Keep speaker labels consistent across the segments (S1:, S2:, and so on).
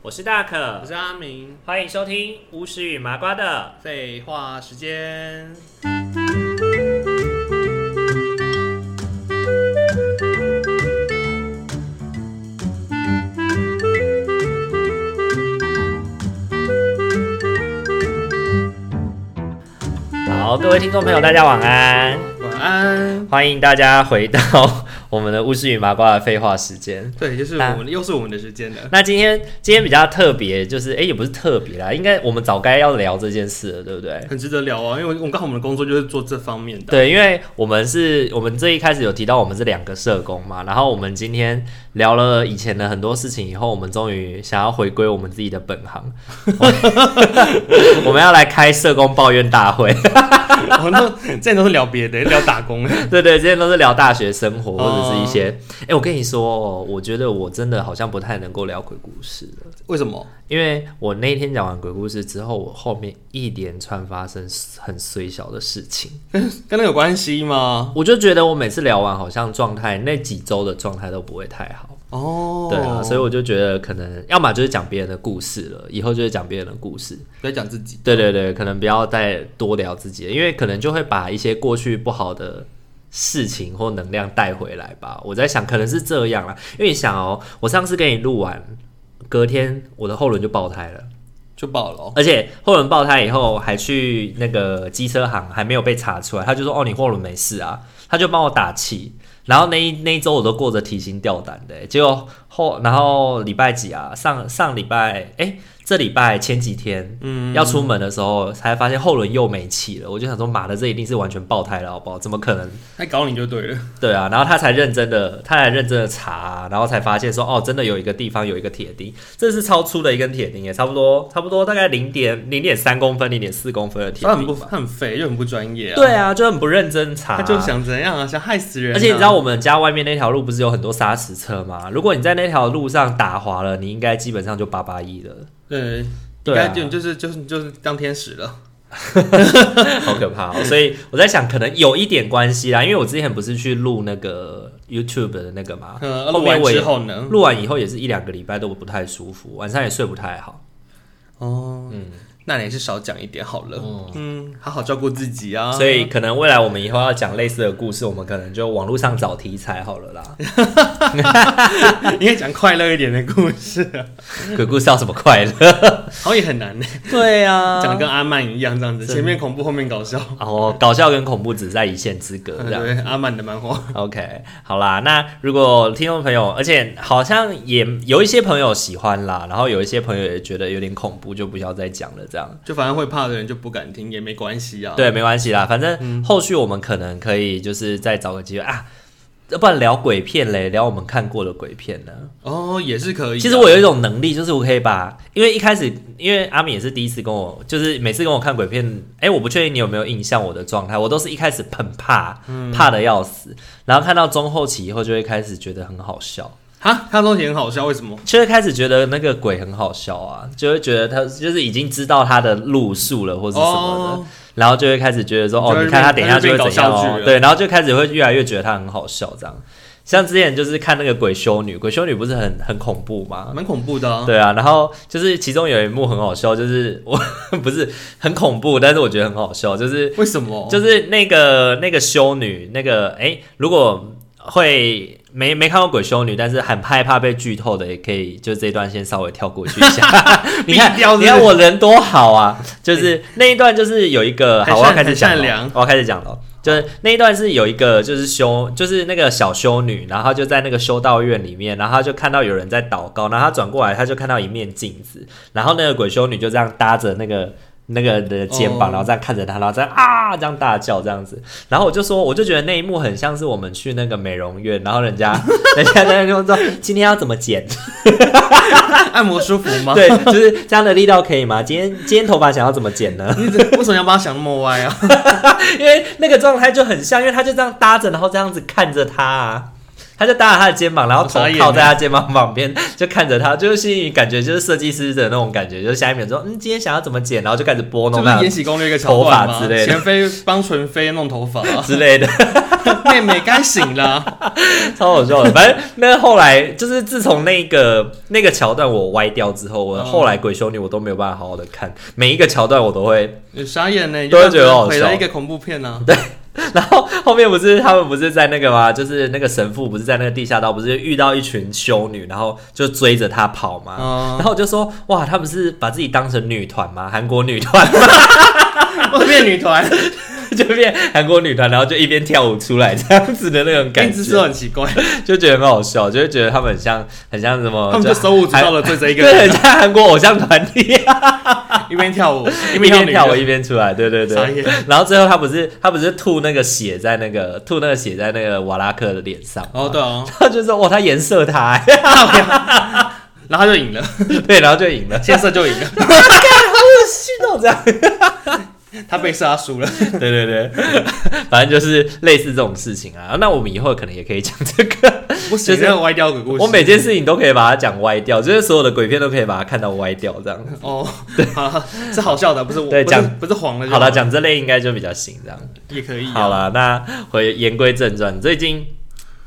S1: 我是大可
S2: 我，是阿明，
S1: 欢迎收听巫师与麻瓜的。
S2: 废话时间。
S1: 好，各位听众朋友，大家晚安，
S2: 晚安。
S1: 欢迎大家回到我们的巫师与麻瓜的废话时间。
S2: 对，就是我们、又是我们的时间了。
S1: 那今天今天比较特别，就是哎，也不是特别啦，应该我们早该要聊这件事了，对不对？
S2: 很值得聊啊，因为我我刚好我们的工作就是做这方面的。
S1: 对，因为我们是我们最一开始有提到我们是两个社工嘛，然后我们今天聊了以前的很多事情以后，我们终于想要回归我们自己的本行，我我们要来开社工抱怨大会。
S2: 我那之前都是聊别的，聊打工。
S1: 对对，今天都是聊大学生活
S2: 哦
S1: 或者是一些，哎、我跟你说哦，我觉得我真的好像不太能够聊鬼故事了，
S2: 为什么？
S1: 因为我那天讲完鬼故事之后，我后面一连串发生很虽小的事情，
S2: 跟那有关系吗？
S1: 我就觉得我每次聊完好像状态那几周的状态都不会太好。
S2: 哦，
S1: 对啊，所以我就觉得可能要么就是讲别人的故事了，以后就是讲别人的故事。
S2: 不要讲自己。
S1: 对对对，可能不要再多聊自己了，因为可能就会把一些过去不好的事情或能量带回来吧。我在想，可能是这样啦，因为你想哦，我上次跟你录完，隔天我的后轮就爆胎了，
S2: 就爆了哦、
S1: 而且后轮爆胎以后还去那个机车行，还没有被查出来，他就说哦你后轮没事啊，他就帮我打气。然后那一那一周我都过着提心吊胆的欸，结果后然后礼拜几啊？上上礼拜哎，这礼拜前几天
S2: 嗯，
S1: 要出门的时候才发现后轮又没气了，我就想说，妈的，这一定是完全爆胎了，好不好？怎么可能？
S2: 来搞你就对了。
S1: 对啊，然后他才认真的，他才认真的查，然后才发现说，哦，真的有一个地方有一个铁钉，这是超粗的一根铁钉耶，差不多，差不多大概零点零点三公分、零点四公分的铁
S2: 他很不，
S1: 钉。
S2: 他很肥，又很不专业啊。，
S1: 对啊，就很不认真查、
S2: 他就想怎样啊，想害死人、啊。
S1: 而且你知道我们家外面那条路不是有很多砂石车吗？如果你在那条路上打滑了，你应该基本上就八八一了，
S2: 对，
S1: 对啊
S2: 应该就就是就是就是当天使了。
S1: 好可怕哦！所以我在想，可能有一点关系啦，因为我之前不是去录那个 YouTube 的那个嘛，
S2: 嗯，
S1: 后
S2: 录
S1: 面
S2: 完
S1: 我也
S2: 之后呢？
S1: 录完以后也是一两个礼拜都不太舒服，晚上也睡不太好。
S2: 哦，
S1: 嗯
S2: 嗯，那你还是少讲一点好了。
S1: 嗯
S2: 嗯，好好照顾自己啊。
S1: 所以可能未来我们以后要讲类似的故事，我们可能就网络上找题材好 了啦。
S2: 应该讲快乐一点的故事、 啊，
S1: 鬼故事要怎么快乐？
S2: 好像也很难呢，
S1: 对啊嗯
S2: 讲的跟阿曼一样这样子，
S1: 真的
S2: 前面恐怖，后面搞笑。
S1: 哦，搞笑跟恐怖只在一线之隔，这样。
S2: 啊 对，阿曼的漫画，
S1: OK，好啦，那如果听众朋友，而且好像也有一些朋友喜欢啦，然后有一些朋友也觉得有点恐怖，就不要再讲了，这样。
S2: 就反正会怕的人就不敢听，也没关系啊。，嗯
S1: 对，没关系啦，反正后续我们可能可以就是再找个机会啊，要不然聊鬼片嘞，聊我们看过的鬼片呢。
S2: 哦，也是可以啊、
S1: 其实我有一种能力，就是我可以把，因为一开始，因为阿敏也是第一次跟我，就是每次跟我看鬼片，哎、我不确定你有没有印象我的状态，我都是一开始很怕，
S2: 嗯
S1: 怕的要死，然后看到中后期以后，就会开始觉得很好笑。
S2: 哈，他东西很好笑，为什么？
S1: 就会开始觉得那个鬼很好笑啊，就会觉得他就是已经知道他的路数了或是什么的，
S2: 哦
S1: 然后就会开始觉得说，
S2: 就
S1: 哦，
S2: 会
S1: 你看他等一下就会
S2: 变
S1: 怎样
S2: 搞笑
S1: 哦
S2: 剧，了
S1: 对，然后就开始会越来越觉得他很好笑这样。像之前就是看那个鬼修女，鬼修女不是很很恐怖吗？
S2: 蛮恐怖的、啊。
S1: 对啊，然后就是其中有一幕很好笑，就是我 不是很恐怖，但是我觉得很好笑，就是
S2: 为什么？
S1: 就是那个那个修女，那个哎、诶如果会没没看过鬼修女，但是很害怕被剧透的，也可以就这一段先稍微跳过去一 下。你看，
S2: 避掉是不
S1: 你
S2: 是
S1: 看我人多好啊！就是那一段，就是有一个，好，
S2: 很
S1: 我要
S2: 善
S1: 开始
S2: 很
S1: 讲
S2: 善
S1: 了
S2: 良，
S1: 我要开始讲了。就是那一段是有一个，就是修，就是那个小修女，然后她就在那个修道院里面，然后她就看到有人在祷告，然后她转过来，她就看到一面镜子，然后那个鬼修女就这样搭着那个那个的肩膀，
S2: 哦
S1: 然后这样看着她，然后这样啊这样大叫这样子，然后我就说，我就觉得那一幕很像是我们去那个美容院，然后人家 人家在那边说今天要怎么剪，
S2: 按摩舒服吗？，
S1: 对，就是这样的力道可以吗？今天今天头发想要怎么剪呢？
S2: 你怎为什么要把它想那么歪啊？
S1: 因为那个状态就很像，因为他就这样搭着，然后这样子看着他啊。他就搭着他的肩膀，然后头
S2: 傻眼
S1: 靠在
S2: 欸
S1: 他肩膀旁边，就看着他，就是心里感觉就是设计师的那种感觉，就是下一秒说嗯，今天想要怎么剪，然后就开始拨
S2: 这
S1: 弄
S2: 不是
S1: 那
S2: 《延禧攻略》一个桥段
S1: 头
S2: 吗
S1: 发之？类的
S2: 钱妃帮纯妃弄头发，啊
S1: 之类的，
S2: 妹妹该醒了。啊
S1: 超好笑的。反正那后来就是自从那个那个桥段我歪掉之后，我
S2: 嗯
S1: 后来鬼修女我都没有办法好好的看，每一个桥段我都会
S2: 有傻眼呢，
S1: 都会觉得好笑
S2: 毁了一个恐怖片啊 呢。
S1: 然后后面不是他们不是在那个吗？就是那个神父不是在那个地下道，不是遇到一群修女，然后就追着他跑吗？
S2: 嗯
S1: 然后我就说哇，他们是把自己当成女团吗？韩国女团
S2: 我变女团，
S1: 就变韩国女团，然后就一边跳舞出来这样子的那种感
S2: 感
S1: 觉，
S2: 知是很奇怪，
S1: 就觉得很好笑，就会觉得他们很像很像什么，
S2: 他们就手舞足蹈的对着一个
S1: 对，很
S2: 人
S1: 像韩国偶像团体、
S2: 一边跳 舞，
S1: 一
S2: 一边
S1: 边跳
S2: 跳
S1: 舞
S2: 女
S1: 一边出来，对对
S2: 的，傻
S1: 对。
S2: 眼。
S1: 然后最后他不是他不是吐那个血在那个吐那个血在那个瓦拉克的脸上 吗，
S2: 哦，对 哦，
S1: 他就说哇，他颜色他、 欸，
S2: 然后他就赢了，
S1: 对，然后就赢了，
S2: 现色就赢了，
S1: 虚到这样，
S2: 他被射他输了。
S1: 对对对， 反正就是类似这种事情啊。那我们以后可能也可以讲这个，
S2: 不行，
S1: 就是
S2: 这个歪掉鬼故事。
S1: 我每件事情都可以把它讲歪掉，就是所有的鬼片都可以把它看到歪掉这样。
S2: 哦， 好，是好笑的，不是我，
S1: 对
S2: 不是
S1: 讲
S2: 不是黄了就
S1: 好了，讲这类应该就比较行这样。
S2: 也可以啊。
S1: 好了，那回言归正传，最近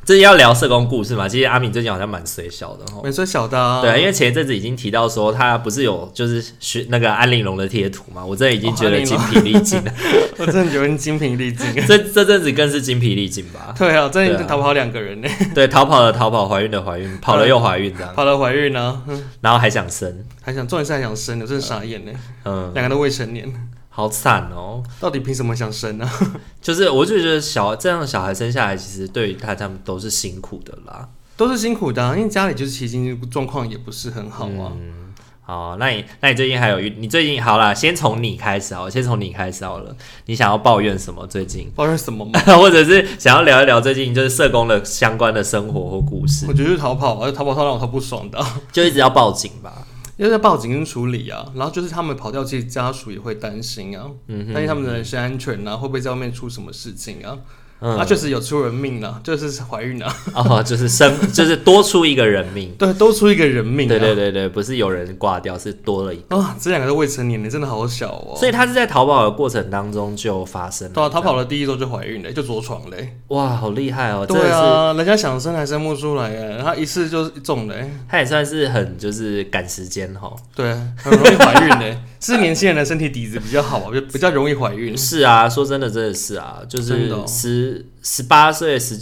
S1: 最近要聊社工故事嘛？其实阿敏最近好像蛮水小的哦。
S2: 没说小的啊，
S1: 对啊，因为前一阵子已经提到说他不是有就是学那个安陵容的贴图嘛，我真的已经觉
S2: 哦安
S1: 得
S2: 陵
S1: 精
S2: 容
S1: 疲力尽了，
S2: 我真的觉得你精疲 力尽。
S1: 这这阵子更是精疲力尽吧。
S2: 对啊，真
S1: 对
S2: 的
S1: 啊
S2: 逃不好两个人呢，
S1: 对，逃跑的逃跑，怀孕的怀孕，跑了又怀孕这样，
S2: 跑了怀孕呢，哼
S1: 然后还想生，
S2: 还想重点是还想生呢，真的傻眼呢，
S1: 嗯，
S2: 两个都未成年，
S1: 好惨哦。
S2: 到底凭什么想生呢？
S1: 就是我就觉得小这样的小孩生下来，其实对于他他们都是辛苦的啦。
S2: 都是辛苦的啊，因为家里就是其实经济状况也不是很好啊。
S1: 嗯好，哦那你那你最近还有遇你最近好啦，先从你开始好哦了，先从你开始好了。你想要抱怨什么最近，
S2: 抱怨什么嘛？
S1: 或者是想要聊一聊最近就是社工的相关的生活或故事，
S2: 我觉得就是逃跑啊，逃跑超让我超不爽的啊，
S1: 就一直要报警吧。
S2: 因为在报警跟处理啊，然后就是他们跑掉，其实家属也会担心啊，
S1: 嗯
S2: 担心他们的人身安全啊，会不会在外面出什么事情啊？
S1: 嗯，
S2: 啊，确实有出人命啊，就是怀孕啊，
S1: 哦，就是生就是多出一个人命，
S2: 对，都出一个人命、啊，
S1: 对对对对，不是有人挂掉，是多了一个。
S2: 啊，这两个都未成年的，真的好小哦。
S1: 所以他是在逃跑的过程当中就发生了。
S2: 对啊，逃跑的第一周就怀孕了，就着床嘞、
S1: 哇，好厉害哦！真的
S2: 对
S1: 是、
S2: 啊，人家想生还生不出来哎，他一次就中了哎，
S1: 他也算是很就是赶时间哦哈。
S2: 对，啊很容易怀孕 哎。是年轻人的身体底子比较好啊，就比较容易怀孕。
S1: 是啊，说真的，真的是啊，就
S2: 真
S1: 是
S2: 的哦
S1: 十十八岁、十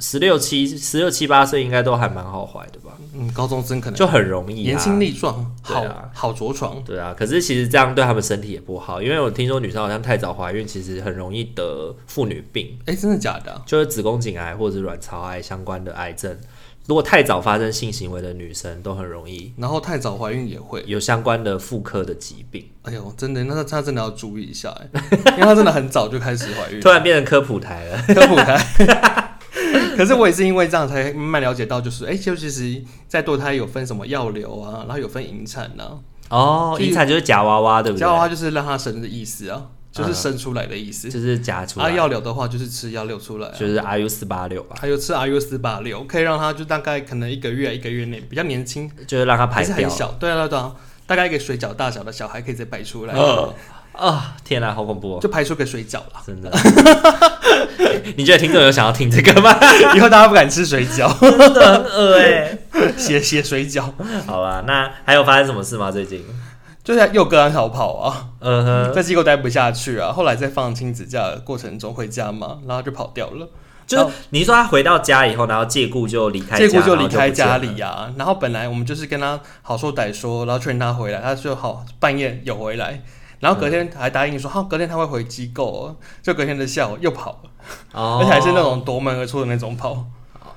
S1: 十六七、十六七八岁，应该都还蛮好怀的吧？
S2: 嗯，高中生可能
S1: 就很容易、啊，
S2: 年轻力壮，
S1: 对
S2: 好、
S1: 啊
S2: 好着床。
S1: 对啊，可是其实这样对他们身体也不好，因为我听说女生好像太早怀孕，其实很容易得妇女病，
S2: 哎、真的假的啊、
S1: 就是子宫颈癌或者是卵巢癌相关的癌症。如果太早发生性行为的女生，都很容易
S2: 然后太早怀孕也会，
S1: 有相关的妇科的疾病，
S2: 哎呦，真的，那他他真的要注意一下 哎，因为他真的很早就开始怀孕
S1: 突，然变成科普台了。
S2: 科普台。 可是我也是因为这样才慢慢了解到，就是哎、就其实，在堕胎有分什么药流啊，然后有分引产呐、啊，
S1: 哦，
S2: 所以
S1: 引产就是夹娃娃，对不对？
S2: 加娃娃就是让它生的意思啊，就是
S1: 嗯
S2: 生出来的意思。
S1: 就是夹出
S2: 啊，
S1: 来，
S2: 药流的话就是吃药流出来啊、
S1: 就是 RU 四八六吧，
S2: 还有吃 RU 四八六，可以让它就大概可能一个月一个月内比较年轻，
S1: 就是让它排
S2: 还是
S1: 掉
S2: 很。小，对啊对啊对啊，大概一个水饺大小的小孩可以再排出来，
S1: 呃啊，天哪，好恐怖哦！
S2: 就排出个水饺了。
S1: 真的， 你觉得听众有想要听这个 吗？
S2: 以后大家不敢吃 水饺，
S1: 真的很恶哎。
S2: 欸写写水饺，
S1: 好啦，那还有发生什么事吗？最近？
S2: 就是又跟他逃跑啊。
S1: 嗯哼，
S2: 在机构待不下去啊，后来在放亲子假的过程中回家嘛，然后就跑掉了，
S1: 就是你说他回到家以后，然后借故就离开家，
S2: 结果就
S1: 然后
S2: 离
S1: 不
S2: 开
S1: 见了。
S2: 家里呀、啊。然后本来我们就是跟他好说歹说，然后劝他回来，他就好半夜有回来，然
S1: 嗯
S2: 后隔天还答应说，好、隔天他会回机构、哦，就隔天的下午又跑了，
S1: 哦，
S2: 而且还是那种夺门而出的那种跑，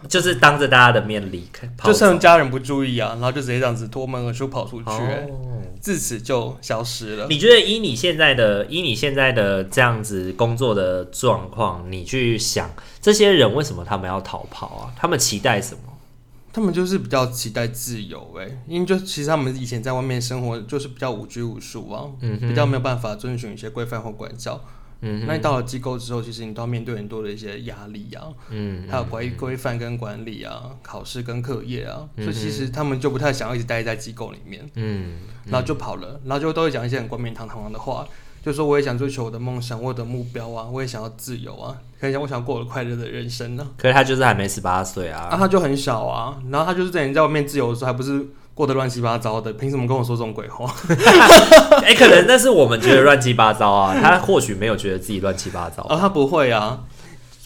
S1: 就是当着大家的面离开，跑
S2: 就
S1: 走
S2: 趁家人不注意啊，然后就直接这样子夺门而出跑出去、欸
S1: 哦
S2: 自此就消失了。
S1: 你觉得以你现在的以你现在的这样子工作的状况，你去想这些人为什么他们要逃跑啊？他们期待什么？
S2: 他们就是比较期待自由哎、因为就其实他们以前在外面生活就是比较无拘无束啊，
S1: 嗯哼
S2: 比较没有办法遵循一些规范或管教，
S1: 嗯
S2: 那你到了机构之后，其实你都要面对很多的一些压力啊，
S1: 嗯，
S2: 还有规规范跟管理啊，考试跟课业啊，
S1: 嗯
S2: 所以其实他们就不太想要一直待在机构里面，
S1: 嗯
S2: 然后就跑了，然后就都会讲一些很冠冕堂皇的话，就说我也想追求我的梦想，我的目标啊，我也想要自由啊，可以讲我想要过我快乐的人生啊。
S1: 可是他就是还没十八岁
S2: 啊，
S1: 啊，
S2: 他就很小啊，然后他就是之前在外面自由的时候，还不是过得乱七八糟的，凭什么跟我说这种鬼话？
S1: 哎、可能那是我们觉得乱七八糟 啊，他或许没有觉得自己乱七八糟
S2: 啊，他不会啊，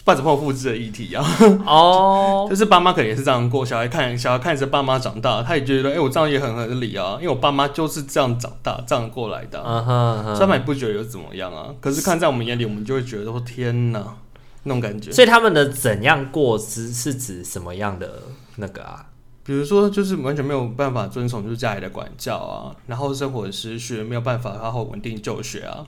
S2: 爸子后复制的议题啊，
S1: 哦，
S2: 就是爸妈可能也是这样过，小孩看小孩看着爸妈长大，他也觉得，哎、我这样也很合理啊，因为我爸妈就是这样长大，这样过来的啊，
S1: 嗯哼
S2: 所以
S1: 哼，
S2: 他们也不觉得有怎么样啊，可是看在我们眼里，我们就会觉得说，天哪，那种感觉。
S1: 所以他们的怎样过是是指什么样的那个啊？
S2: 比如说，就是完全没有办法遵从就是家里的管教啊，然后生活失序，没有办法好好稳定就学啊，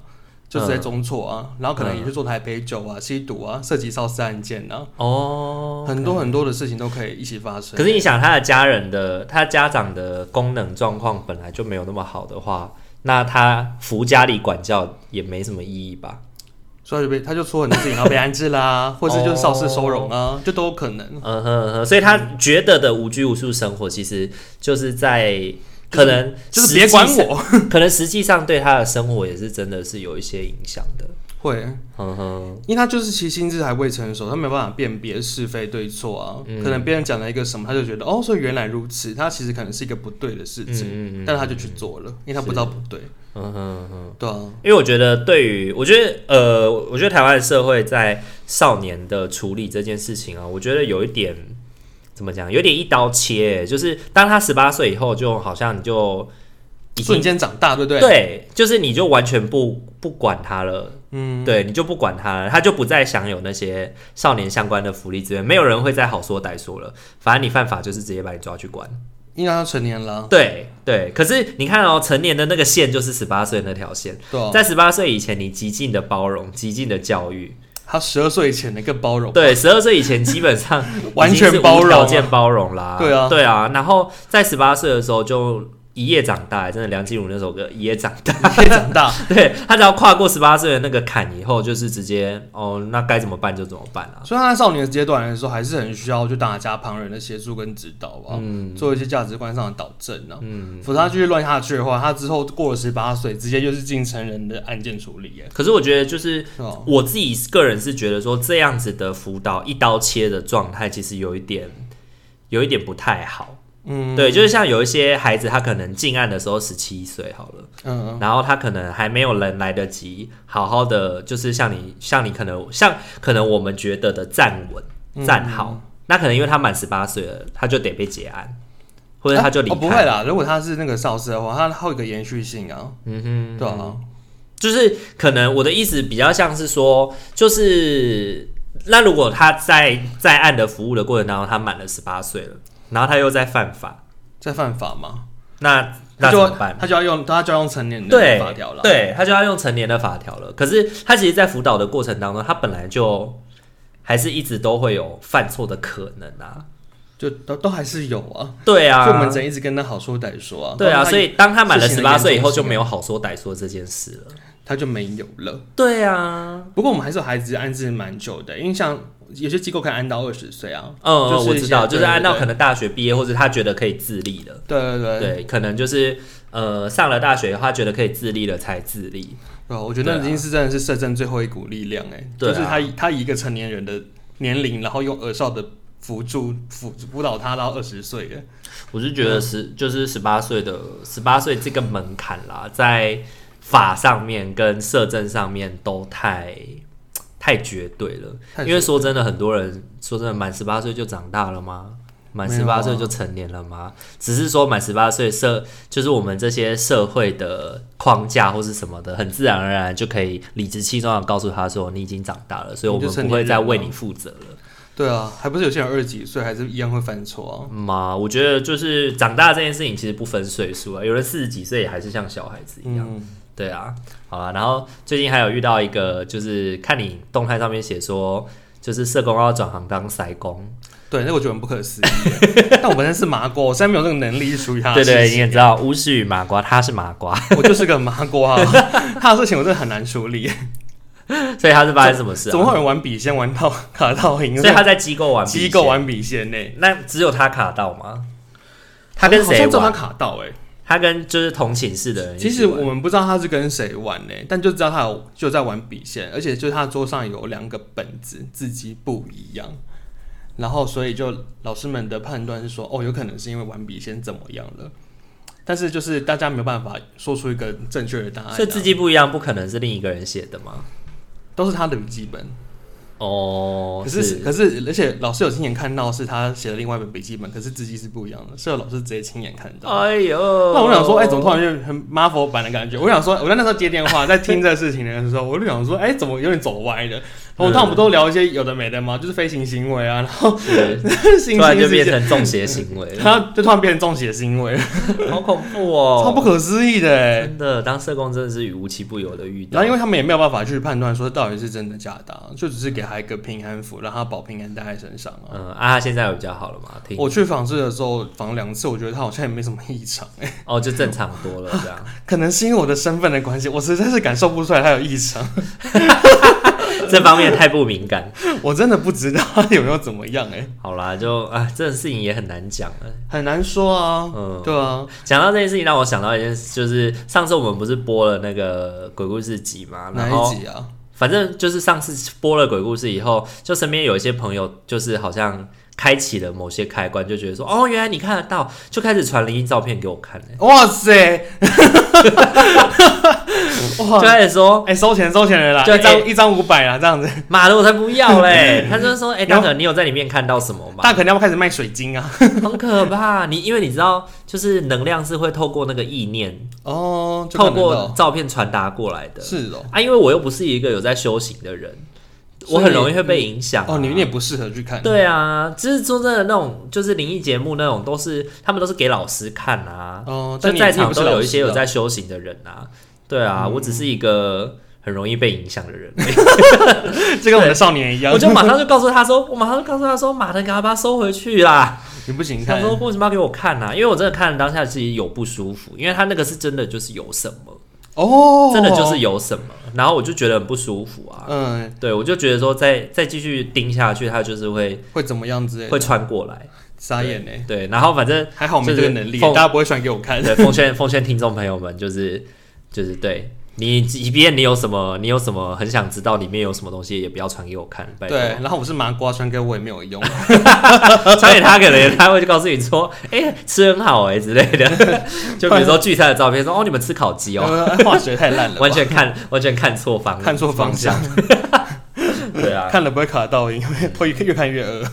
S2: 就是在中辍啊，然后可能也去做台北酒啊、吸毒啊、涉及烧尸案件啊，
S1: 哦，
S2: 很多很多的事情都可以一起发生。
S1: 可是你想，他的家人的他家长的功能状况本来就没有那么好的话，那他服家里管教也没什么意义吧？
S2: 所以就被他就出很多事情，然后被安置 啦，或是就是肇事收容啊，就都有可能。
S1: 嗯哼嗯哼，所以他觉得的无拘无束生活，其实就是在可能
S2: 嗯就是别管
S1: 实际
S2: 我，
S1: 上，可能实际上对他的生活也是真的是有一些影响的。
S2: 会，
S1: 嗯哼，
S2: 因为他就是其实心智还未成熟，他没有办法辨别是非对错啊。可能别人讲了一个什么，他就觉得哦，所以原来如此，他其实可能是一个不对的事情。
S1: 嗯嗯嗯
S2: 但他就去做了，因为他不知道不对。
S1: 嗯哼嗯哼。
S2: 对啊，
S1: 因为我觉得，对于我觉得，呃，我觉得台湾的社会在少年的处理这件事情啊，我觉得有一点怎么讲，有点一刀切、就是当他十八岁以后，就好像你就已
S2: 瞬
S1: 经
S2: 间长大，对不对？，
S1: 就是你就完全不不管他了，
S2: 嗯，
S1: 对，你就不管他了，他就不再享有那些少年相关的福利资源，没有人会再好说歹说了，反正你犯法就是直接把你抓去关，
S2: 因为他成年了，
S1: 对对。可是你看哦，成年的那个线就是十八岁那条线。
S2: 对啊，
S1: 在十八岁以前，你极尽的包容，极尽的教育，
S2: 他十二岁以前的更包容，
S1: 对，十二岁以前基本上
S2: 完全
S1: 已经是无
S2: 包容
S1: 条
S2: 啊
S1: 件包容啦。
S2: 对啊
S1: 对啊。然后在十八岁的时候就一夜长大，真的梁静茹那首歌《一夜长大》
S2: 可以长大，
S1: 对他只要跨过十八岁的那个坎以后，就是直接哦，那该怎么办就怎么办啊。
S2: 所以他在少年的阶段的时候，还是很需要就大家旁人的协助跟指导啊，
S1: 嗯
S2: 做一些价值观上的导正啊，嗯，否则他继续乱下去的话，他之后过了十八岁，直接就是进成人的案件处理耶，
S1: 可是我觉得，就是
S2: 是吧？
S1: 我自己个人是觉得说，这样子的辅导一刀切的状态，其实有一点，有一点不太好。
S2: 嗯
S1: 对，就是像有一些孩子，他可能进案的时候十七岁好了，
S2: 嗯，
S1: 然后他可能还没有人来得及好好的，就是像你像你可能像可能我们觉得的站稳
S2: 嗯
S1: 站好，那可能因为他满十八岁了，他就得被结案，或者他就离
S2: 啊哦不
S1: 开，
S2: 会啦，如果他是那个少师的话，他他有一个延续性啊，嗯哼，对啊，
S1: 就是可能我的意思比较像是说，就是那如果他在在案的服务的过程当中，他满了十八岁了，然后他又在犯法，
S2: 在犯法嘛，
S1: 那
S2: 他
S1: 那
S2: 就
S1: 怎
S2: 要
S1: 么办？
S2: 他就要用他就要用成年
S1: 对
S2: 的法条了。
S1: 对他就要用成年的法条了。可是他其实，在辅导的过程当中，他本来就还是一直都会有犯错的可能啊。
S2: 就都都还是有啊，
S1: 对啊，
S2: 就我们只能一直跟他好说歹说啊。
S1: 对啊，
S2: 不然他
S1: 所以当他满了十
S2: 事情的严
S1: 八
S2: 重
S1: 岁以后，
S2: 性
S1: 就
S2: 啊
S1: 没有好说歹说这件事了。
S2: 他就没有了。
S1: 对啊，
S2: 不过我们还是有孩子安置蛮久的，因为像有些机构可以安到二十岁啊。
S1: 嗯，
S2: 就是
S1: 我
S2: 一
S1: 知
S2: 些
S1: 道，就是
S2: 对对
S1: 按照
S2: 对
S1: 可能大学毕业，或者他觉得可以自立的，
S2: 对对对，
S1: 对，可能就是呃上了大学以后，他觉得可以自立了才自立。
S2: 对啊我觉得
S1: 对啊
S2: 那已经是真的是社政最后一股力量哎，
S1: 对啊
S2: 就是他以他以一个成年人的年龄，然后用儿少的辅助辅辅导他到二十岁哎，
S1: 我是觉得十就是十八岁的十八岁这个门槛啦，在法上面跟社政上面都太太绝对了。
S2: 太绝对
S1: 因为说真的，很多人说真的，满十八岁就长大了吗？满
S2: 没
S1: 十
S2: 有啊
S1: 八岁就成年了吗？只是说满十八岁社就是我们这些社会的框架或是什么的，很自然而然就可以理直气壮的告诉他说你已经长大了，所以我
S2: 你
S1: 们
S2: 就成
S1: 不会
S2: 年人
S1: 再为
S2: 了
S1: 你负责了。
S2: 对啊，还不是有些人二十几岁还是一样会犯错啊。
S1: 嘛，嗯我觉得就是长大这件事情其实不分岁数啊，有人四十几岁也还是像小孩子一样。
S2: 嗯，
S1: 对啊，好啦，然后最近还有遇到一个，就是看你动态上面写说，就是社工要转行当塞工，
S2: 对，那我觉得很不可思议耶。 但我本身是麻瓜，我现在没有那个能力去处理他的
S1: 对
S2: 事情。
S1: 对，你也知道巫 师与麻瓜，他是麻瓜，
S2: 啊 我就是个麻瓜，他的事情我真的很难处理。
S1: 所以他是发生什么事、啊？
S2: 怎么会有人玩笔仙玩到卡到赢？
S1: 所以他在啊机构玩笔仙
S2: 机构，玩笔仙呢？
S1: 那只有他卡到吗？他跟
S2: 好
S1: 谁
S2: 像只有他
S1: 玩？
S2: 卡到哎、
S1: 他跟就是同寝室的人一起
S2: 其
S1: 玩。
S2: 实我们不知道他是跟谁玩呢、但就知道他有就在玩笔仙，而且就是他桌上有两个本子，字迹不一样。然后，所以就老师们的判断是说，哦，有可能是因为玩笔仙怎么样了，但是就是大家没有办法说出一个正确的答案啊、
S1: 所以字迹不一样，不可能是另一个人写的吗？
S2: 都是他的笔记本。
S1: 哦，
S2: 可是可是，而且老师有亲眼看到是他写的另外一本笔记本，可是字迹是不一样的，所以老师直接亲眼看到。
S1: 哎呦，
S2: 那我想说，哎、怎么突然就很 Marvel 版的感觉？我想说，我在那时候接电话，在听这事情的时候，我就想说，哎、怎么有点走歪了？我们通常不都聊一些有的没的吗？就是飞行行为啊，然后
S1: 是
S2: 行
S1: 突然
S2: 星
S1: 啊就变
S2: 事件，
S1: 成中邪行为 了，
S2: 然后就突然变成中邪行为，
S1: 好恐怖哦！
S2: 超不可思议的哎、
S1: 真的，当社工真的是与无奇不有的遇到。
S2: 然后因为他们也没有办法去判断说到底是真的假的啊、就只是给他一个平安符，让他保平安带在身上啊。
S1: 嗯，啊，他现在有比较好了嘛？听
S2: 我去访视的时候访两次，我觉得他好像也没什么异常、哎，
S1: 哦，就正常多了这样。
S2: 可能是因为我的身份的关系，我实在是感受不出来他有异常。
S1: 这方面太不敏感。
S2: 我真的不知道他有没有怎么样哎、
S1: 好啦，就啊，这种事情也很难讲了。
S2: 很难说啊。
S1: 嗯
S2: 对啊，
S1: 讲到这件事情，让我想到一件事，就是上次我们不是播了那个鬼故事集嘛，
S2: 哪
S1: 然后
S2: 一集啊？
S1: 反正就是上次播了鬼故事以后，就身边有一些朋友，就是好像开启了某些开关，就觉得说，哦，原来你看得到，就开始传灵异照片给我看、欸，
S2: 哇塞！ 哇
S1: 就，开始说，
S2: 哎、收钱收钱了啦，
S1: 对
S2: 一张、
S1: 哎
S2: 一张五百啦，这样子，
S1: 妈的，我才不要嘞！ 他就是说，哎、大可，你有在里面看到什么吗？
S2: 大可能要开始卖水晶 啊。
S1: 很可怕，你因为你知道，就是能量是会透过那个意念，
S2: 哦，就
S1: 透
S2: 看得
S1: 过
S2: 到
S1: 照片传达过来的。
S2: 是哦，
S1: 啊，因为我又不是一个有在修行的人，
S2: 所以
S1: 我很容易会被影响啊、
S2: 哦，你你也不适合去看。
S1: 对啊，就是说真的那种，就是灵异节目那种，都是他们都是给老师看啊。
S2: 哦，
S1: 就
S2: 但你
S1: 在
S2: 你也
S1: 场
S2: 不是
S1: 都
S2: 老
S1: 有一些
S2: 师
S1: 有
S2: 啊嗯
S1: 在修行的人啊。对啊，我只是一个很容易被影响的 人。
S2: 哎这跟我们的少年一样，
S1: 我就马上就告诉他说，我马上就告诉他说，马的，赶快把它收回去啦！
S2: 你不行
S1: 他
S2: 看
S1: 说为什么要给我看呢、啊因为我真的看了当下自己有不舒服，因为他那个是真的就是有什么，
S2: 哦，
S1: 真的就是有什么，然后我就觉得很不舒服啊。
S2: 嗯，
S1: 对，我就觉得说再再继续盯下去，他就是会
S2: 会怎么样之类的，
S1: 会穿过来。
S2: 傻眼呢。
S1: 对，然后反正
S2: 还好我们
S1: 就
S2: 这
S1: 是
S2: 个能力，
S1: 奉
S2: 大家不会传给我看。
S1: 对，奉劝奉劝听众朋友们，就是就是对你，即便你有什么，你有什么很想知道里面有什么东西，也不要传给我看，拜
S2: 对，
S1: 托。
S2: 然后我是麻瓜，传给我也没有 用。
S1: 传给他可能他会就告诉你说，哎、吃很好哎、之类的。 就比如说聚餐的照片，说哦你们吃烤鸡哦，
S2: 呃化学太烂了 吧，
S1: 完全看完全看错方
S2: 看错方向。，
S1: 对 啊。
S2: 看了不会卡 到，因为会越看越饿。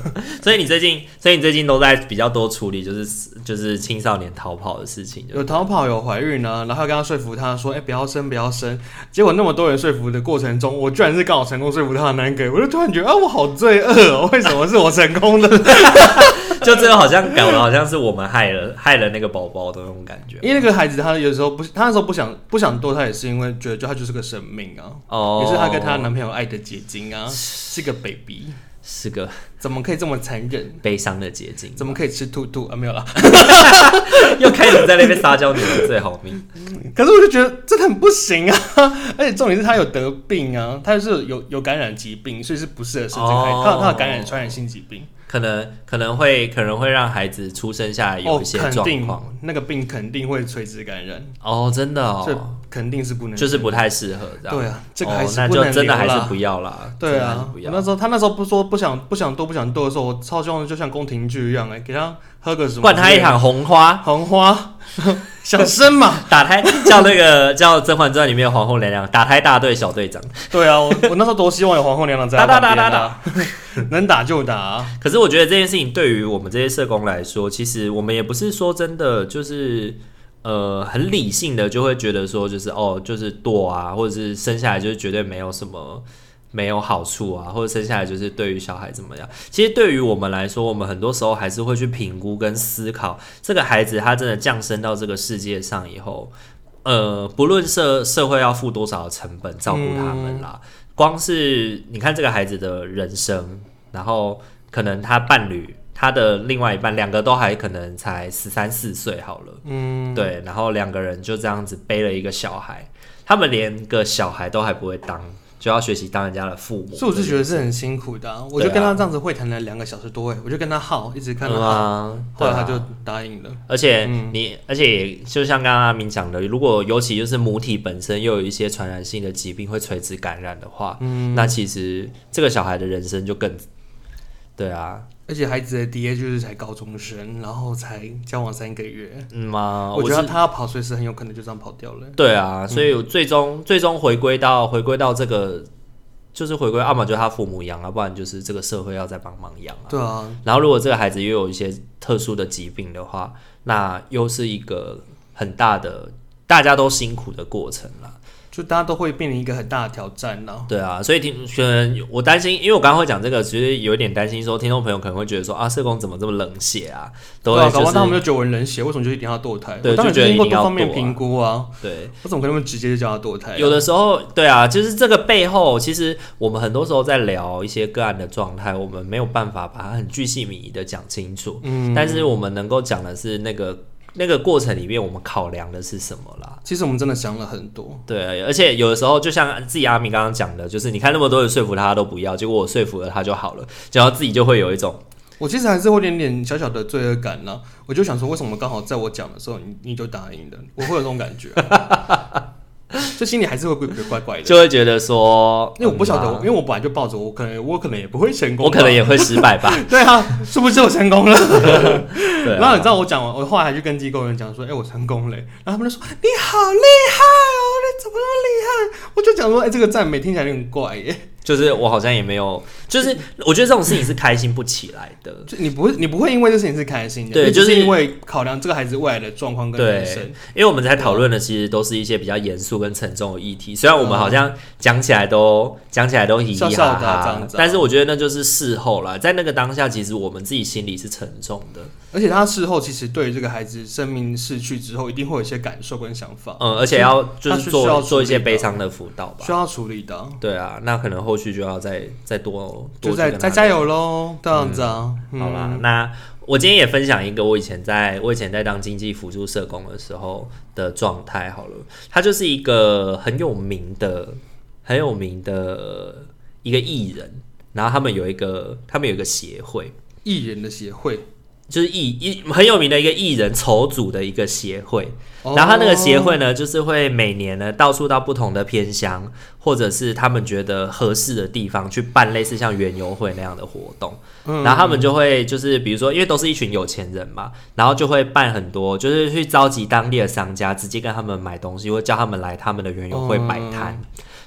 S1: 所以你最近，所以你最近都在比较多处理，就是就是青少年逃跑的事情，就
S2: 有逃跑，有怀孕呢、然后刚刚说服他说：“哎、不要生，不要生。”结果那么多人说服的过程中，我居然是刚好成功说服他的那个，我就突然觉得啊，我好罪恶哦，为什么是我成功的？
S1: 就最后好像搞得好像是我们害了害了那个宝宝的那种感觉。
S2: 因为那个孩子他有时候不，他那时候不想不想堕胎，也是因为觉得就他就是个生命啊，
S1: 哦，
S2: 也是她跟她男朋友爱的结晶啊，是个 baby，
S1: 是个
S2: 怎么可以这么残忍？
S1: 悲伤的结晶，
S2: 怎么可以吃兔兔啊？没有啦，
S1: 又开始在那边撒娇女人最好命？
S2: 可是我就觉得真的很不行啊！ 而且重点是他有得病啊，他是有有感染疾病，所以是不适合生这个孩子。
S1: 哦
S2: 他有他有感染传染性疾病，
S1: 可能可能会可能会让孩子出生下来有
S2: 哦
S1: 一，些
S2: 肯
S1: 状
S2: 定
S1: 况
S2: 那个病肯定会垂直感染，
S1: 哦真的
S2: 这、
S1: 哦，
S2: 肯定是不能。
S1: 就是不太适合这样。
S2: 对啊，这个
S1: 哦
S2: 还是
S1: 那
S2: 不能
S1: 就真的还
S2: 留啦
S1: 是不要啦。
S2: 对
S1: 真的还
S2: 啊
S1: 是，不
S2: 我那
S1: 要。
S2: 时候他那时候不说不想不想多不想多的时候，我超希望就像宫廷剧一样、哎，给他喝个什么，
S1: 灌他一场红花，
S2: 红花， 想生嘛？
S1: 打胎叫那个叫《甄嬛传》里面的皇后娘娘打胎大队小队长。
S2: 对啊，我我那时候多希望有皇后娘娘在他
S1: 打打
S2: 旁边
S1: 打
S2: 啊， 能打就打、啊。
S1: 可是我觉得这件事情对于我们这些社工来说，其实我们也不是说真的就是呃很理性的就会觉得说就是哦就是堕啊，或者是生下来就是绝对没有什么。没有好处啊，或者生下来就是对于小孩怎么样？其实对于我们来说，我们很多时候还是会去评估跟思考，这个孩子他真的降生到这个世界上以后，呃，不论社社会要付多少的成本照顾他们啦，
S2: 嗯
S1: 光是你看这个孩子的人生，然后可能他伴侣、他的另外一半，两个都还可能才十三四岁好了，嗯，对，然后两个人就这样子背了一个小孩，他们连个小孩都还不会当，就要学习当人家的父母。
S2: 所以我就觉得是很辛苦的啊、我就跟他这样子会谈了两个小时多，哎，我就跟他耗，一直看他
S1: 嗯
S2: 耗，
S1: 啊，
S2: 后来他
S1: 对
S2: 就
S1: 啊
S2: 答应了。
S1: 而且
S2: 嗯
S1: 你，而且也就像刚刚阿明讲的，如果尤其就是母体本身又有一些传染性的疾病会垂直感染的话，
S2: 嗯
S1: 那其实这个小孩的人生就更，对啊，
S2: 而且孩子的爹就是才高中生，然后才交往三个月，
S1: 嗯嘛，我
S2: 我觉
S1: 是
S2: 得嗯他要跑，随时很有可能就这样跑掉了。
S1: 对啊，所以我最终、最终回归到回归到这个，就是回归，要么就他父母养，啊要不然就是这个社会要再帮忙养啊。
S2: 对啊，
S1: 然后如果这个孩子又有一些特殊的疾病的话，那又是一个很大的大家都辛苦的过程啦。
S2: 就大家都会面临一个很大的挑战呢、
S1: 对啊，所以听可能我担心，因为我刚刚会讲这个，其实有一点担心说，听众朋友可能会觉得说啊，社工怎么这么冷血啊？都
S2: 对
S1: 会
S2: 啊，搞不
S1: 就
S2: 好他们
S1: 是
S2: 就觉得我很冷血，为什么就一定要堕胎？
S1: 对
S2: 我当然
S1: 就觉得
S2: 是经过
S1: 一定
S2: 多
S1: 要
S2: 方面
S1: 堕啊
S2: 评估啊，
S1: 对。
S2: 我怎么可能直接就叫他堕胎啊、
S1: 有的时候，对啊，就是这个背后，其实我们很多时候在聊一些个案的状态，我们没有办法把它很具细靡遗的讲清楚。
S2: 嗯，
S1: 但是我们能够讲的是那个那个过程里面，我们考量的是什么啦？
S2: 其实我们真的想了很多，
S1: 对，而且有的时候就像自己阿明刚刚讲的，就是你看那么多人说服他都不要，结果我说服了他就好了，然后自己就会有一种
S2: 我其实还是会有点点小小的罪恶感呢、我就想说，为什么刚好在我讲的时候你你就答应了？我会有这种感觉啊， 就心里还是会怪怪怪的。
S1: 就会觉得说，
S2: 因为我不晓得，
S1: 嗯啊
S2: 因为我本来就抱着我可能我可啊能也不会成功吧，
S1: 我可能也会失败 吧。
S2: 对啊，是不是我成功了？
S1: 对
S2: 然
S1: 啊，
S2: 后你知道我讲完，我后来还去跟机构人讲说，哎、我成功了欸、然后他们就说你好厉害哦，你怎么那么厉害？我就讲说，哎、这个赞美听起来有点怪耶、
S1: 就是我好像也没有，就是我觉得这种事情是开心不起来的。
S2: 就你不会，你不会因为这事情是开心的，
S1: 对
S2: 你只
S1: 就是是
S2: 因为考量这个孩子未来的状况跟人生
S1: 对。，因为我们在讨论的其实都是一些比较严肃跟沉重的议题，虽然我们好像讲起来都讲起来都嘻嘻
S2: 嗯笑笑
S1: 哈
S2: 的啊这样
S1: 哈
S2: 子啊，
S1: 但是我觉得那就是事后啦，在那个当下，其实我们自己心里是沉重的。
S2: 而且他事后其实对于这个孩子生命逝去之后，一定会有一些感受跟想法，
S1: 嗯，而且要就
S2: 它是
S1: 是
S2: 需要
S1: 做
S2: 处
S1: 做一些
S2: 理的
S1: 悲伤的辅导吧
S2: 需。要处理的啊，
S1: 对啊，那可能后续就要再再多多
S2: 就
S1: 去
S2: 在
S1: 跟
S2: 再
S1: 他
S2: 加油喽，这样子啊，嗯
S1: 好啦，那我今天也分享一个我以前在我以前在当经济辅助社工的时候的状态。好了，他就是一个很有名的、很有名的一个艺人，然后他们有一个他们有一个协会，
S2: 艺人的协会，
S1: 就是艺艺很有名的一个艺人筹组的一个协会。
S2: 哦
S1: 然后他那个协会呢，就是会每年呢到处到不同的偏乡，或者是他们觉得合适的地方去办类似像园游会那样的活动。
S2: 嗯
S1: 然后他们就会就是比如说，因为都是一群有钱人嘛，然后就会办很多，就是去召集当地的商家，直接跟他们买东西，或叫他们来他们的园游会摆摊。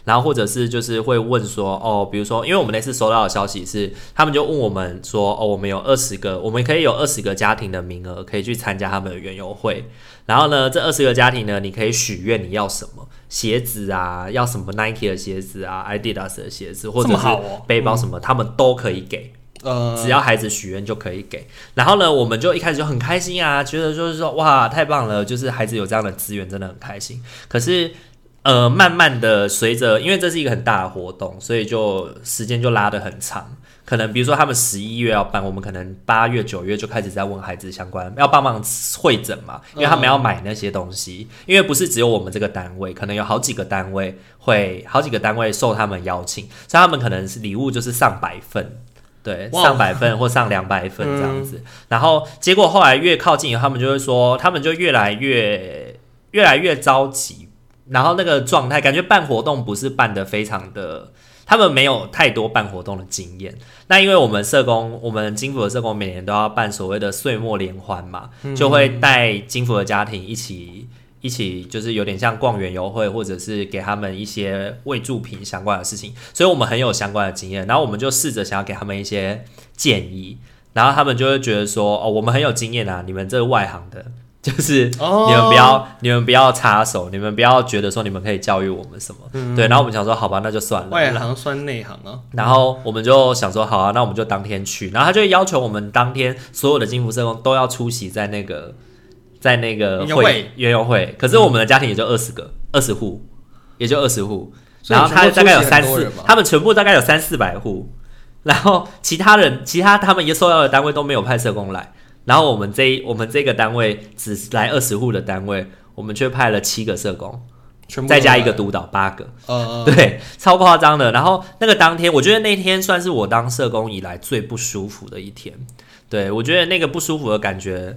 S1: 然后或者是就是会问说哦，比如说，因为我们那次收到的消息是，他们就问我们说哦，我们有二十个，我们可以有二十个家庭的名额可以去参加他们的园游会。然后呢，这二十个家庭呢，你可以许愿你要什么鞋子啊，要什么 Nike 的鞋子啊，Adidas 的鞋子，或者
S2: 这
S1: 是
S2: 么好哦
S1: 背包什么，他们都可以给。
S2: 呃，
S1: 只要孩子许愿就可以给。然后呢，我们就一开始就很开心啊，觉得就是说哇，太棒了，就是孩子有这样的资源，真的很开心。可是。呃，慢慢的，随着因为这是一个很大的活动，所以就时间就拉得很长。可能比如说他们十一月要办，我们可能八月、九月就开始在问孩子相关，要帮忙会诊嘛，因为他们要买那些东西。因为不是只有我们这个单位，可能有好几个单位会，好几个单位受他们邀请，所以他们可能是礼物就是上百份，对，
S2: 哇
S1: 上百份或上两百份这样子。然后结果后来越靠近以后，他们就会说，他们就越来越越来越着急，然后那个状态感觉办活动不是办的非常的，他们没有太多办活动的经验。那因为我们社工，我们金府的社工每年都要办所谓的岁末联欢嘛，就会带金府的家庭一起。一起就是有点像逛园游会，或者是给他们一些为助品相关的事情，所以我们很有相关的经验，然后我们就试着想要给他们一些建议，然后他们就会觉得说，哦，我们很有经验啊，你们这外行的， 就是
S2: 哦
S1: 你们不要、你们不要插手，你们不要觉得说你们可以教育我们什么，对。然后我们想说，好吧，那就算了。
S2: 外行算内行啊，
S1: 然后我们就想说，好啊，那我们就当天去。然后他就要求我们当天所有的金福社工都要出席在那个在那个
S2: 园游会
S1: 园游会。可是我们的家庭也就二十个，二十户，也就二十户。
S2: 所以
S1: 然后他
S2: 全
S1: 大
S2: 部
S1: 概有
S2: 出席很
S1: 三
S2: 多
S1: 四
S2: 人吧，
S1: 他们全部大概有三四百户。然后其他人，其他他们也收到的单位都没有派社工来。然后我们这一我们这个单位只来二十户的单位，我们却派了七个社工。
S2: 全部
S1: 再加一个
S2: 都
S1: 督导，八个。
S2: 来，呃，
S1: 对，超夸张的。然后那个当天，我觉得那天算是我当社工以来最不舒服的一天。对我觉得那个不舒服的感觉，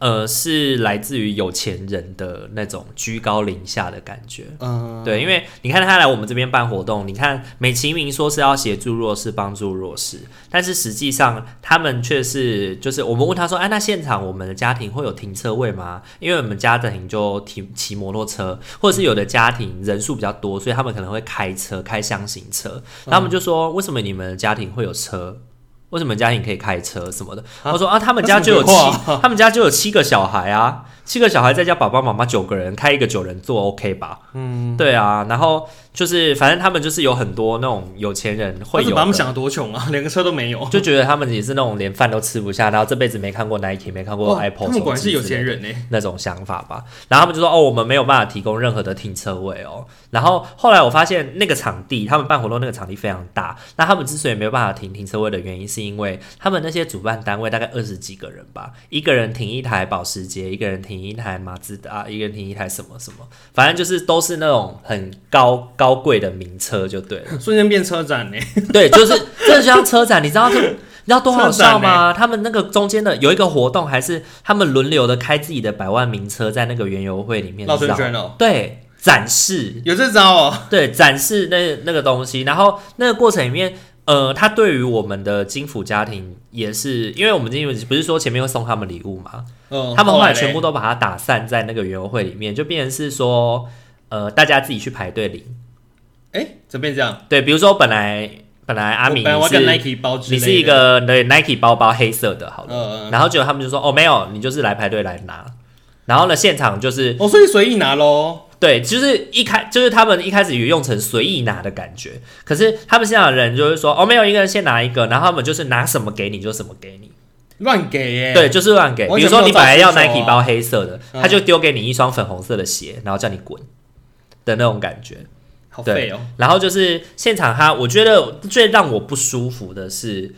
S1: 呃，是来自于有钱人的那种居高临下的感觉。
S2: 嗯，
S1: 对，因为你看他来我们这边办活动，你看美其名说是要协助弱势、帮助弱势，但是实际上他们却是就是我们问他说，哎、那现场我们的家庭会有停车位吗？因为我们家庭就停骑摩托车，或者是有的家庭人数比较多，所以他们可能会开车开箱型车，他们就说为什么你们的家庭会有车？为什么家庭可以开车什么的？我说啊，他们家就有
S2: 那
S1: 七
S2: 什么，
S1: 他们家就有七个小孩啊，七个小孩再加爸爸妈妈九个人，开一个九人座 OK 吧？
S2: 嗯，
S1: 对啊，然后就是反正他们就是有很多那种有钱人会
S2: 他
S1: 有
S2: 是把他们
S1: 的，
S2: 想的多穷啊， 连个车都没有。
S1: 就觉得他们也是那种连饭都吃不下，然后这辈子没看过 Nike，没看过
S2: 哇
S1: Apple，
S2: 他们果然
S1: 手
S2: 是
S1: 机
S2: 有
S1: 之
S2: 钱
S1: 类的
S2: 人呢。
S1: 那种想法吧。然后他们就说：“哦，我们没有办法提供任何的停车位哦。”然后后来我发现那个场地，他们办活动那个场地非常大。那他们之所以没有办法停停车位的原因，是因为他们那些主办单位大概二十几个人吧，一个人停一台保时捷，一个人停一台马自达，一个人停一台什么什么，反正就是都是那种很高高贵的名车就对了。
S2: 瞬间变车展呢，
S1: 对，就是这就像车展，你知道这 个你知道多好笑
S2: 车展欸
S1: 吗？他们那个中间的有一个活动，还是他们轮流的开自己的百万名车，在那个园游会里面
S2: 绕圈
S1: 绕
S2: 圈哦，
S1: 对展示，
S2: 有这招哦，
S1: 对展示那那个东西，然后那个过程里面。呃，他对于我们的金府家庭也是，因为我们金府不是说前面会送他们礼物嘛，
S2: 嗯，
S1: 他们后来
S2: 嘞
S1: 全部都把它打散在那个园游会里面，就变成是说，呃，大家自己去排队领。
S2: 哎，怎么变这样？
S1: 对，比如说本来本来阿
S2: 我
S1: 明
S2: 本来我要
S1: 是
S2: 跟 Nike 包之
S1: 你
S2: 类的，
S1: 是一个对 Nike 包包黑色的，好了，
S2: 呃，
S1: 然后结果他们就说哦没有，你就是来排队来拿。然后呢，现场就是
S2: 哦，所以随意拿喽，
S1: 对，就是一开就是他们一开始也用成随意拿的感觉，可是他们现场的人就是说哦没有，一个人先拿一个，然后他们就是拿什么给你就什么给你，
S2: 乱给耶，
S1: 对，，就是乱给。
S2: 完全
S1: 比如说你本来要
S2: 没有照
S1: Nike 包黑色的，
S2: 啊嗯
S1: 他就丢给你一双粉红色的鞋，然后叫你滚的那种感觉。
S2: 好废哦，
S1: 然后就是现场他，我觉得最让我不舒服的是，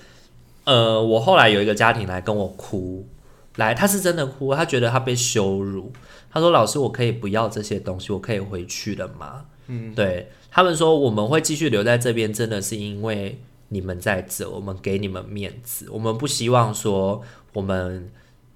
S1: 呃，我后来有一个家庭来跟我哭，来，他是真的哭，他觉得他被羞辱，他说：“老师，我可以不要这些东西，我可以回去了吗？”嗯，对他们说我们会继续留在这边，真的是因为你们在这，我们给你们面子，我们不希望说我们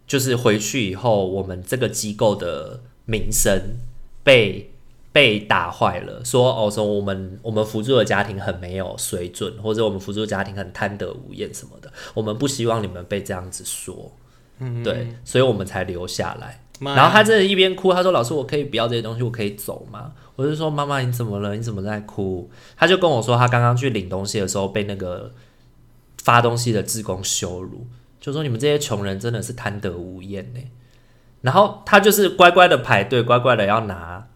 S1: 就是回去以后，我们这个机构的名声被被打坏了，说哦，说我们我们辅助的家庭很没有水准，或者我们辅助的家庭很贪得无厌什么的，我们不希望你们被这样子说，
S2: 嗯，
S1: 对，所以我们才留下来。
S2: 妈呀
S1: 然后他真的一边哭，他说：“老师，我可以不要这些东西，我可以走吗？”我就说：“妈妈，你怎么了？你怎么在哭？”他就跟我说，他刚刚去领东西的时候被那个发东西的志工羞辱，就说你们这些穷人真的是贪得无厌呢、然后他就是乖乖的排队，乖乖的要拿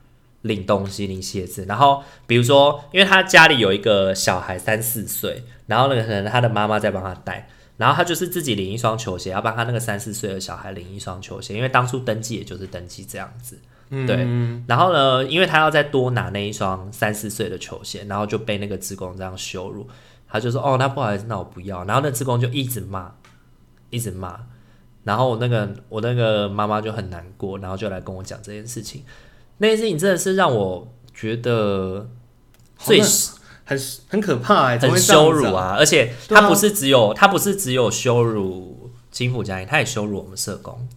S1: 领东西、领鞋子。然后比如说，因为他家里有一个小孩三四岁，然后那个可能他的妈妈在帮他带，然后他就是自己领一双球鞋，要帮他那个三四岁的小孩领一双球鞋，因为当初登记也就是登记这样子。
S2: 嗯
S1: 对，然后呢，因为他要再多拿那一双三四岁的球鞋，然后就被那个职工这样羞辱，他就说：“哦，那不好意思，那我不要。”然后那职工就一直骂，一直骂，然后我那个我那个妈妈就很难过，然后就来跟我讲这件事情。那件事情真的是让我觉得最
S2: 好很很可怕哎，怎么
S1: 很
S2: 会这样
S1: 羞
S2: 子
S1: 辱
S2: 啊，
S1: 啊！而且
S2: 对啊
S1: 他不是只有、他不是只有羞辱金普家庭，他也羞辱我们社工。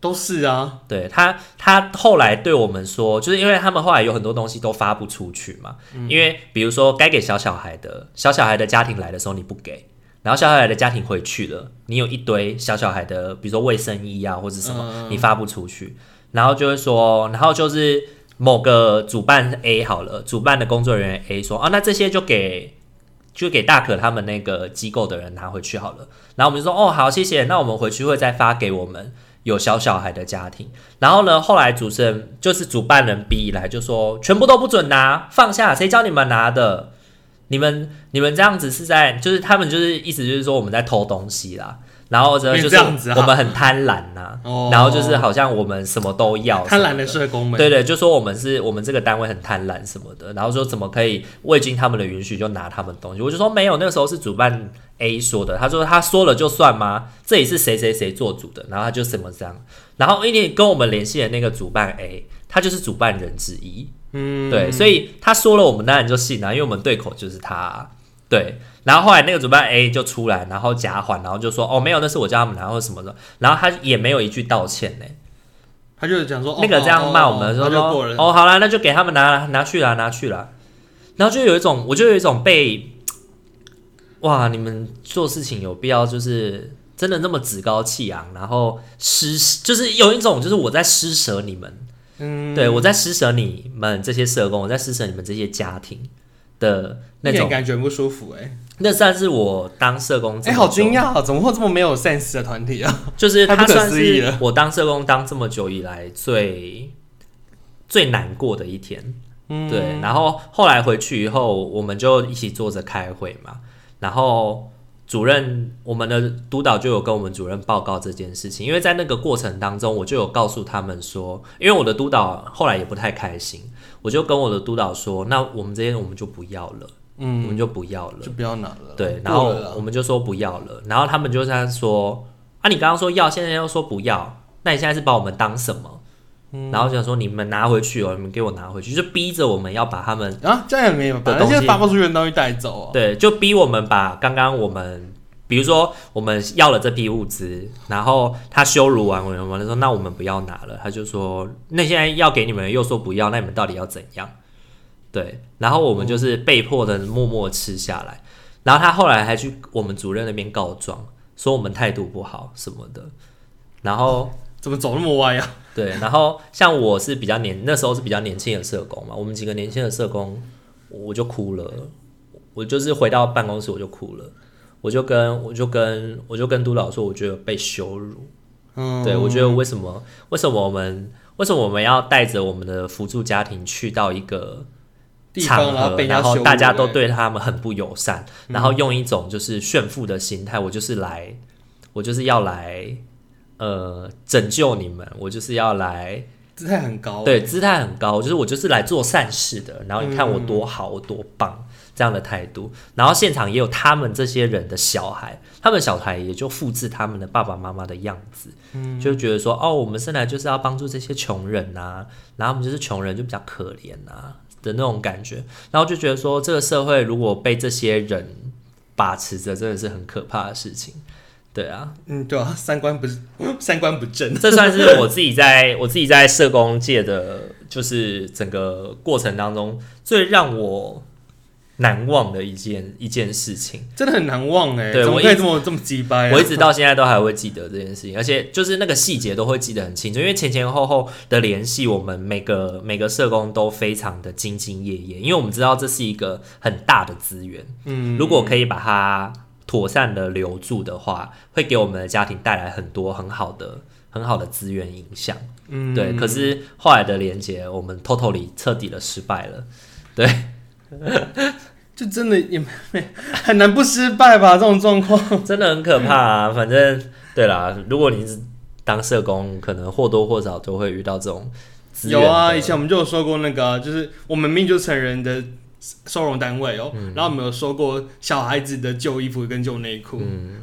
S2: 都是啊，
S1: 对他，他后来对我们说，就是因为他们后来有很多东西都发不出去嘛，
S2: 嗯
S1: 因为比如说该给小小孩的，小小孩的家庭来的时候你不给，然后小小孩的家庭回去了，你有一堆小小孩的，比如说卫生衣啊或者
S2: 嗯
S1: 什么，你发不出去，然后就会说，然后就是某个主办 A 好了，主办的工作人员 A 说，啊，那这些就给。就给大可他们那个机构的人拿回去好了，然后我们就说哦好谢谢，那我们回去会再发给我们有小小孩的家庭，然后呢，后来主持人就是主办人 B 来就说，全部都不准拿，放下，谁叫你们拿的？你们你们这样子是在，就是他们就是意思就是说我们在偷东西啦。然后呢，
S2: 你
S1: 就
S2: 这
S1: 是
S2: 样子啊
S1: 我们很贪婪呐、
S2: 哦
S1: 然后就是好像我们什么都要，
S2: 贪婪的社工们，
S1: 对对，就说我们是我们这个单位很贪婪什么的，然后说怎么可以未经他们的允许就拿他们东西，我就说没有，那个时候是主办 A 说的，他说他说了就算吗？这里是谁谁谁做主的，然后他就什么这样，然后因为跟我们联系的那个主办 A，他就是主办人之一，
S2: 嗯，
S1: 对，所以他说了，我们当然就信啊了、因为我们对口就是他啊、对。然后后来那个主办 A 就出来，然后假缓，然后就说哦没有，那是我叫他们拿或者什么的，然后他也没有一句道歉呢、
S2: 他就是讲说哦
S1: 那个这样骂我们说
S2: 说就过了，
S1: 哦，好啦，那就给他们拿拿去啦，拿去啦。然后就有一种，我就有一种被，哇，你们做事情有必要就是真的那么趾高气昂，然后施就是有一种就是我在施舍你们，
S2: 嗯，
S1: 对我在施舍你们这些社工，我在施舍你们这些家庭的那
S2: 一点
S1: 种，
S2: 感觉很不舒服哎，
S1: 那算是我当社工这
S2: 哎，
S1: 么
S2: 好
S1: 久
S2: 惊讶哦，怎么会有这么没有 sense 的团体啊？
S1: 就是
S2: 太不
S1: 他
S2: 可
S1: 算
S2: 思议
S1: 是
S2: 了
S1: 我当社工当这么久以来最最难过的一天。对。然后后来回去以后，我们就一起坐着开会嘛。然后主任，我们的督导就有跟我们主任报告这件事情，因为在那个过程当中，我就有告诉他们说，因为我的督导后来也不太开心，我就跟我的督导说，那我们这些我们就不要了，我
S2: 嗯，
S1: 们就不要了。
S2: 就不要拿了，
S1: 对，然
S2: 过
S1: 后
S2: 了啦
S1: 我们就说不要了，然后他们就在说啊，你刚刚说要，现在又说不要，那你现在是把我们当什么？
S2: 嗯
S1: 然后就想说你们拿回去哦，你们给我拿回去，就逼着我们要把他们，
S2: 啊，这样也没有
S1: 的
S2: 把那
S1: 东西
S2: 些发不出去的东西带走啊，
S1: 对，就逼我们把刚刚我们，比如说我们要了这批物资，然后他羞辱完我们，我们就说那我们不要拿了，他就说那现在要给你们又说不要，那你们到底要怎样？对，然后我们就是被迫的默默吃下来。然后他后来还去我们主任那边告状，说我们态度不好什么的。然后
S2: 怎么走那么歪啊？
S1: 对，然后像我是比较年那时候是比较年轻的社工嘛，我们几个年轻的社工，我就哭了，我就是回到办公室我就哭了，我就跟我就跟我就跟督导说，我觉得被羞辱。
S2: 嗯，
S1: 对，我觉得为什么为什么我们为什么我们要带着我们的辅助家庭去到一个
S2: 地方
S1: 场
S2: 然
S1: 合
S2: 后被，人家
S1: 然
S2: 羞
S1: 后
S2: 辱嗯
S1: 大家
S2: 欸
S1: 都对他们很不友善，然后用一种就是炫富的心态，我就是来，我就是要来，呃，拯救你们，我就是要来，
S2: 姿态很高，
S1: 对，姿态很高，就是我就是来做善事的，然后你看我多好，我多棒。这样的态度，然后现场也有他们这些人的小孩，他们小孩也就复制他们的爸爸妈妈的样子，就觉得说哦，我们生来就是要帮助这些穷人呐、然后我们就是穷人就比较可怜呐、的那种感觉，然后就觉得说这个社会如果被这些人把持着，真的是很可怕的事情。对啊，
S2: 嗯，对啊，三观不是三观不正，
S1: 这算是我自己在我自己在社工界的，就是整个过程当中最让我难忘的一件一件事情。
S2: 真的很难忘哎，
S1: 对
S2: 怎么
S1: 我
S2: 可以
S1: 一
S2: 这么这么鸡掰啊？
S1: 我一直到现在都还会记得这件事情，而且就是那个细节都会记得很清楚，因为前前后后的联系，我们每个每个社工都非常的兢兢业业，因为我们知道这是一个很大的资源，
S2: 嗯，
S1: 如果可以把它妥善的留住的话，会给我们的家庭带来很多很好的很好的资源影响。
S2: 嗯，
S1: 对，可是后来的连接，我们 totally 彻底的失败了。 对，
S2: 就真的也没很难不失败吧？这种状况，
S1: 真的很可怕啊！反正对啦，如果你是当社工，可能或多或少都会遇到这种资源
S2: 有
S1: 的
S2: 啊，以前我们就有说过那个啊、就是我们明明就是成人的收容单位哦、
S1: 嗯
S2: 然后我们有说过小孩子的旧衣服跟旧内裤，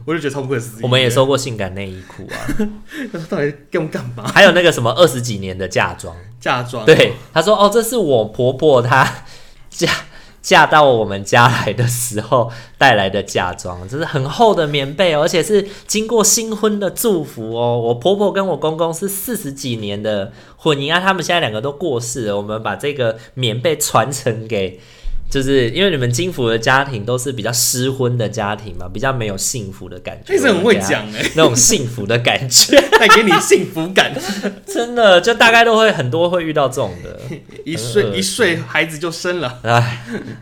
S2: 我就觉得超不可思议。
S1: 嗯我们也，收过性感内衣裤啊，
S2: 到底用干嘛？
S1: 还有那个什么二十几年的嫁妆。
S2: 嫁妆，
S1: 对，他说哦，这是我婆婆她嫁嫁到我们家来的时候带来的嫁妆，这是很厚的棉被哦，而且是经过新婚的祝福哦。我婆婆跟我公公是四十几年的婚姻啊，他们现在两个都过世了，我们把这个棉被传承给。就是因为你们金福的家庭都是比较失婚的家庭嘛，比较没有幸福的感觉，
S2: 一直很会
S1: 我们家
S2: 讲哎、
S1: 那种幸福的感觉，
S2: 带给你幸福 感。
S1: 真的就大概都会很多会遇到这种 的。
S2: 一岁
S1: 恶
S2: 一岁孩子就生了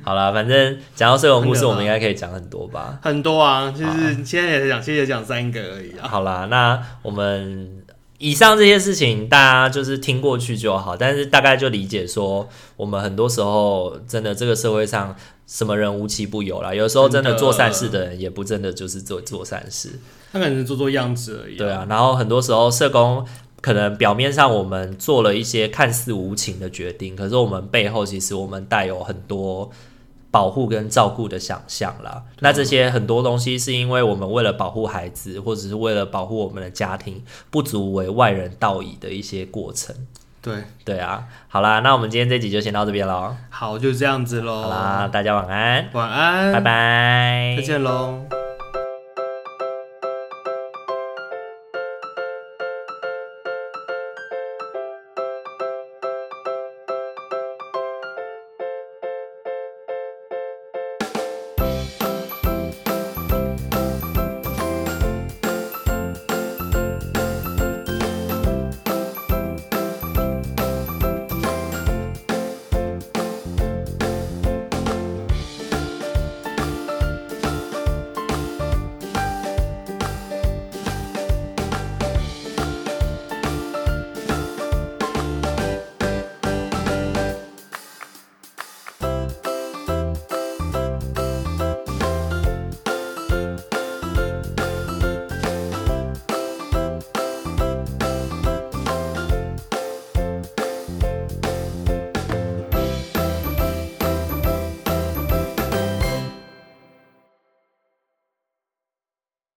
S1: 好啦，反正讲到社工故
S2: 真
S1: 事，
S2: 的吗
S1: 我们应该可以讲很多吧。
S2: 很多啊，就是现在也讲，现在也讲三个而已啊。
S1: 好啦，那我们以上这些事情大家就是听过去就好，但是大概就理解说，我们很多时候真的这个社会上什么人无奇不有啦，有时候真的
S2: 真的
S1: 做善事的人也不真的就是做做善事，
S2: 他可能是做做样子而已、
S1: 对，啊，然后很多时候社工可能表面上我们做了一些看似无情的决定，可是我们背后其实我们带有很多保护跟照顾的想象啦。
S2: 啊
S1: 那这些很多东西是因为我们为了保护孩子，或者是为了保护我们的家庭，不足为外人道矣的一些过程。
S2: 对，
S1: 对啊，好啦，那我们今天这集就先到这边喽。
S2: 好，就这样子喽。
S1: 好啦，大家晚安，
S2: 晚安，
S1: 拜，拜，
S2: 再见喽。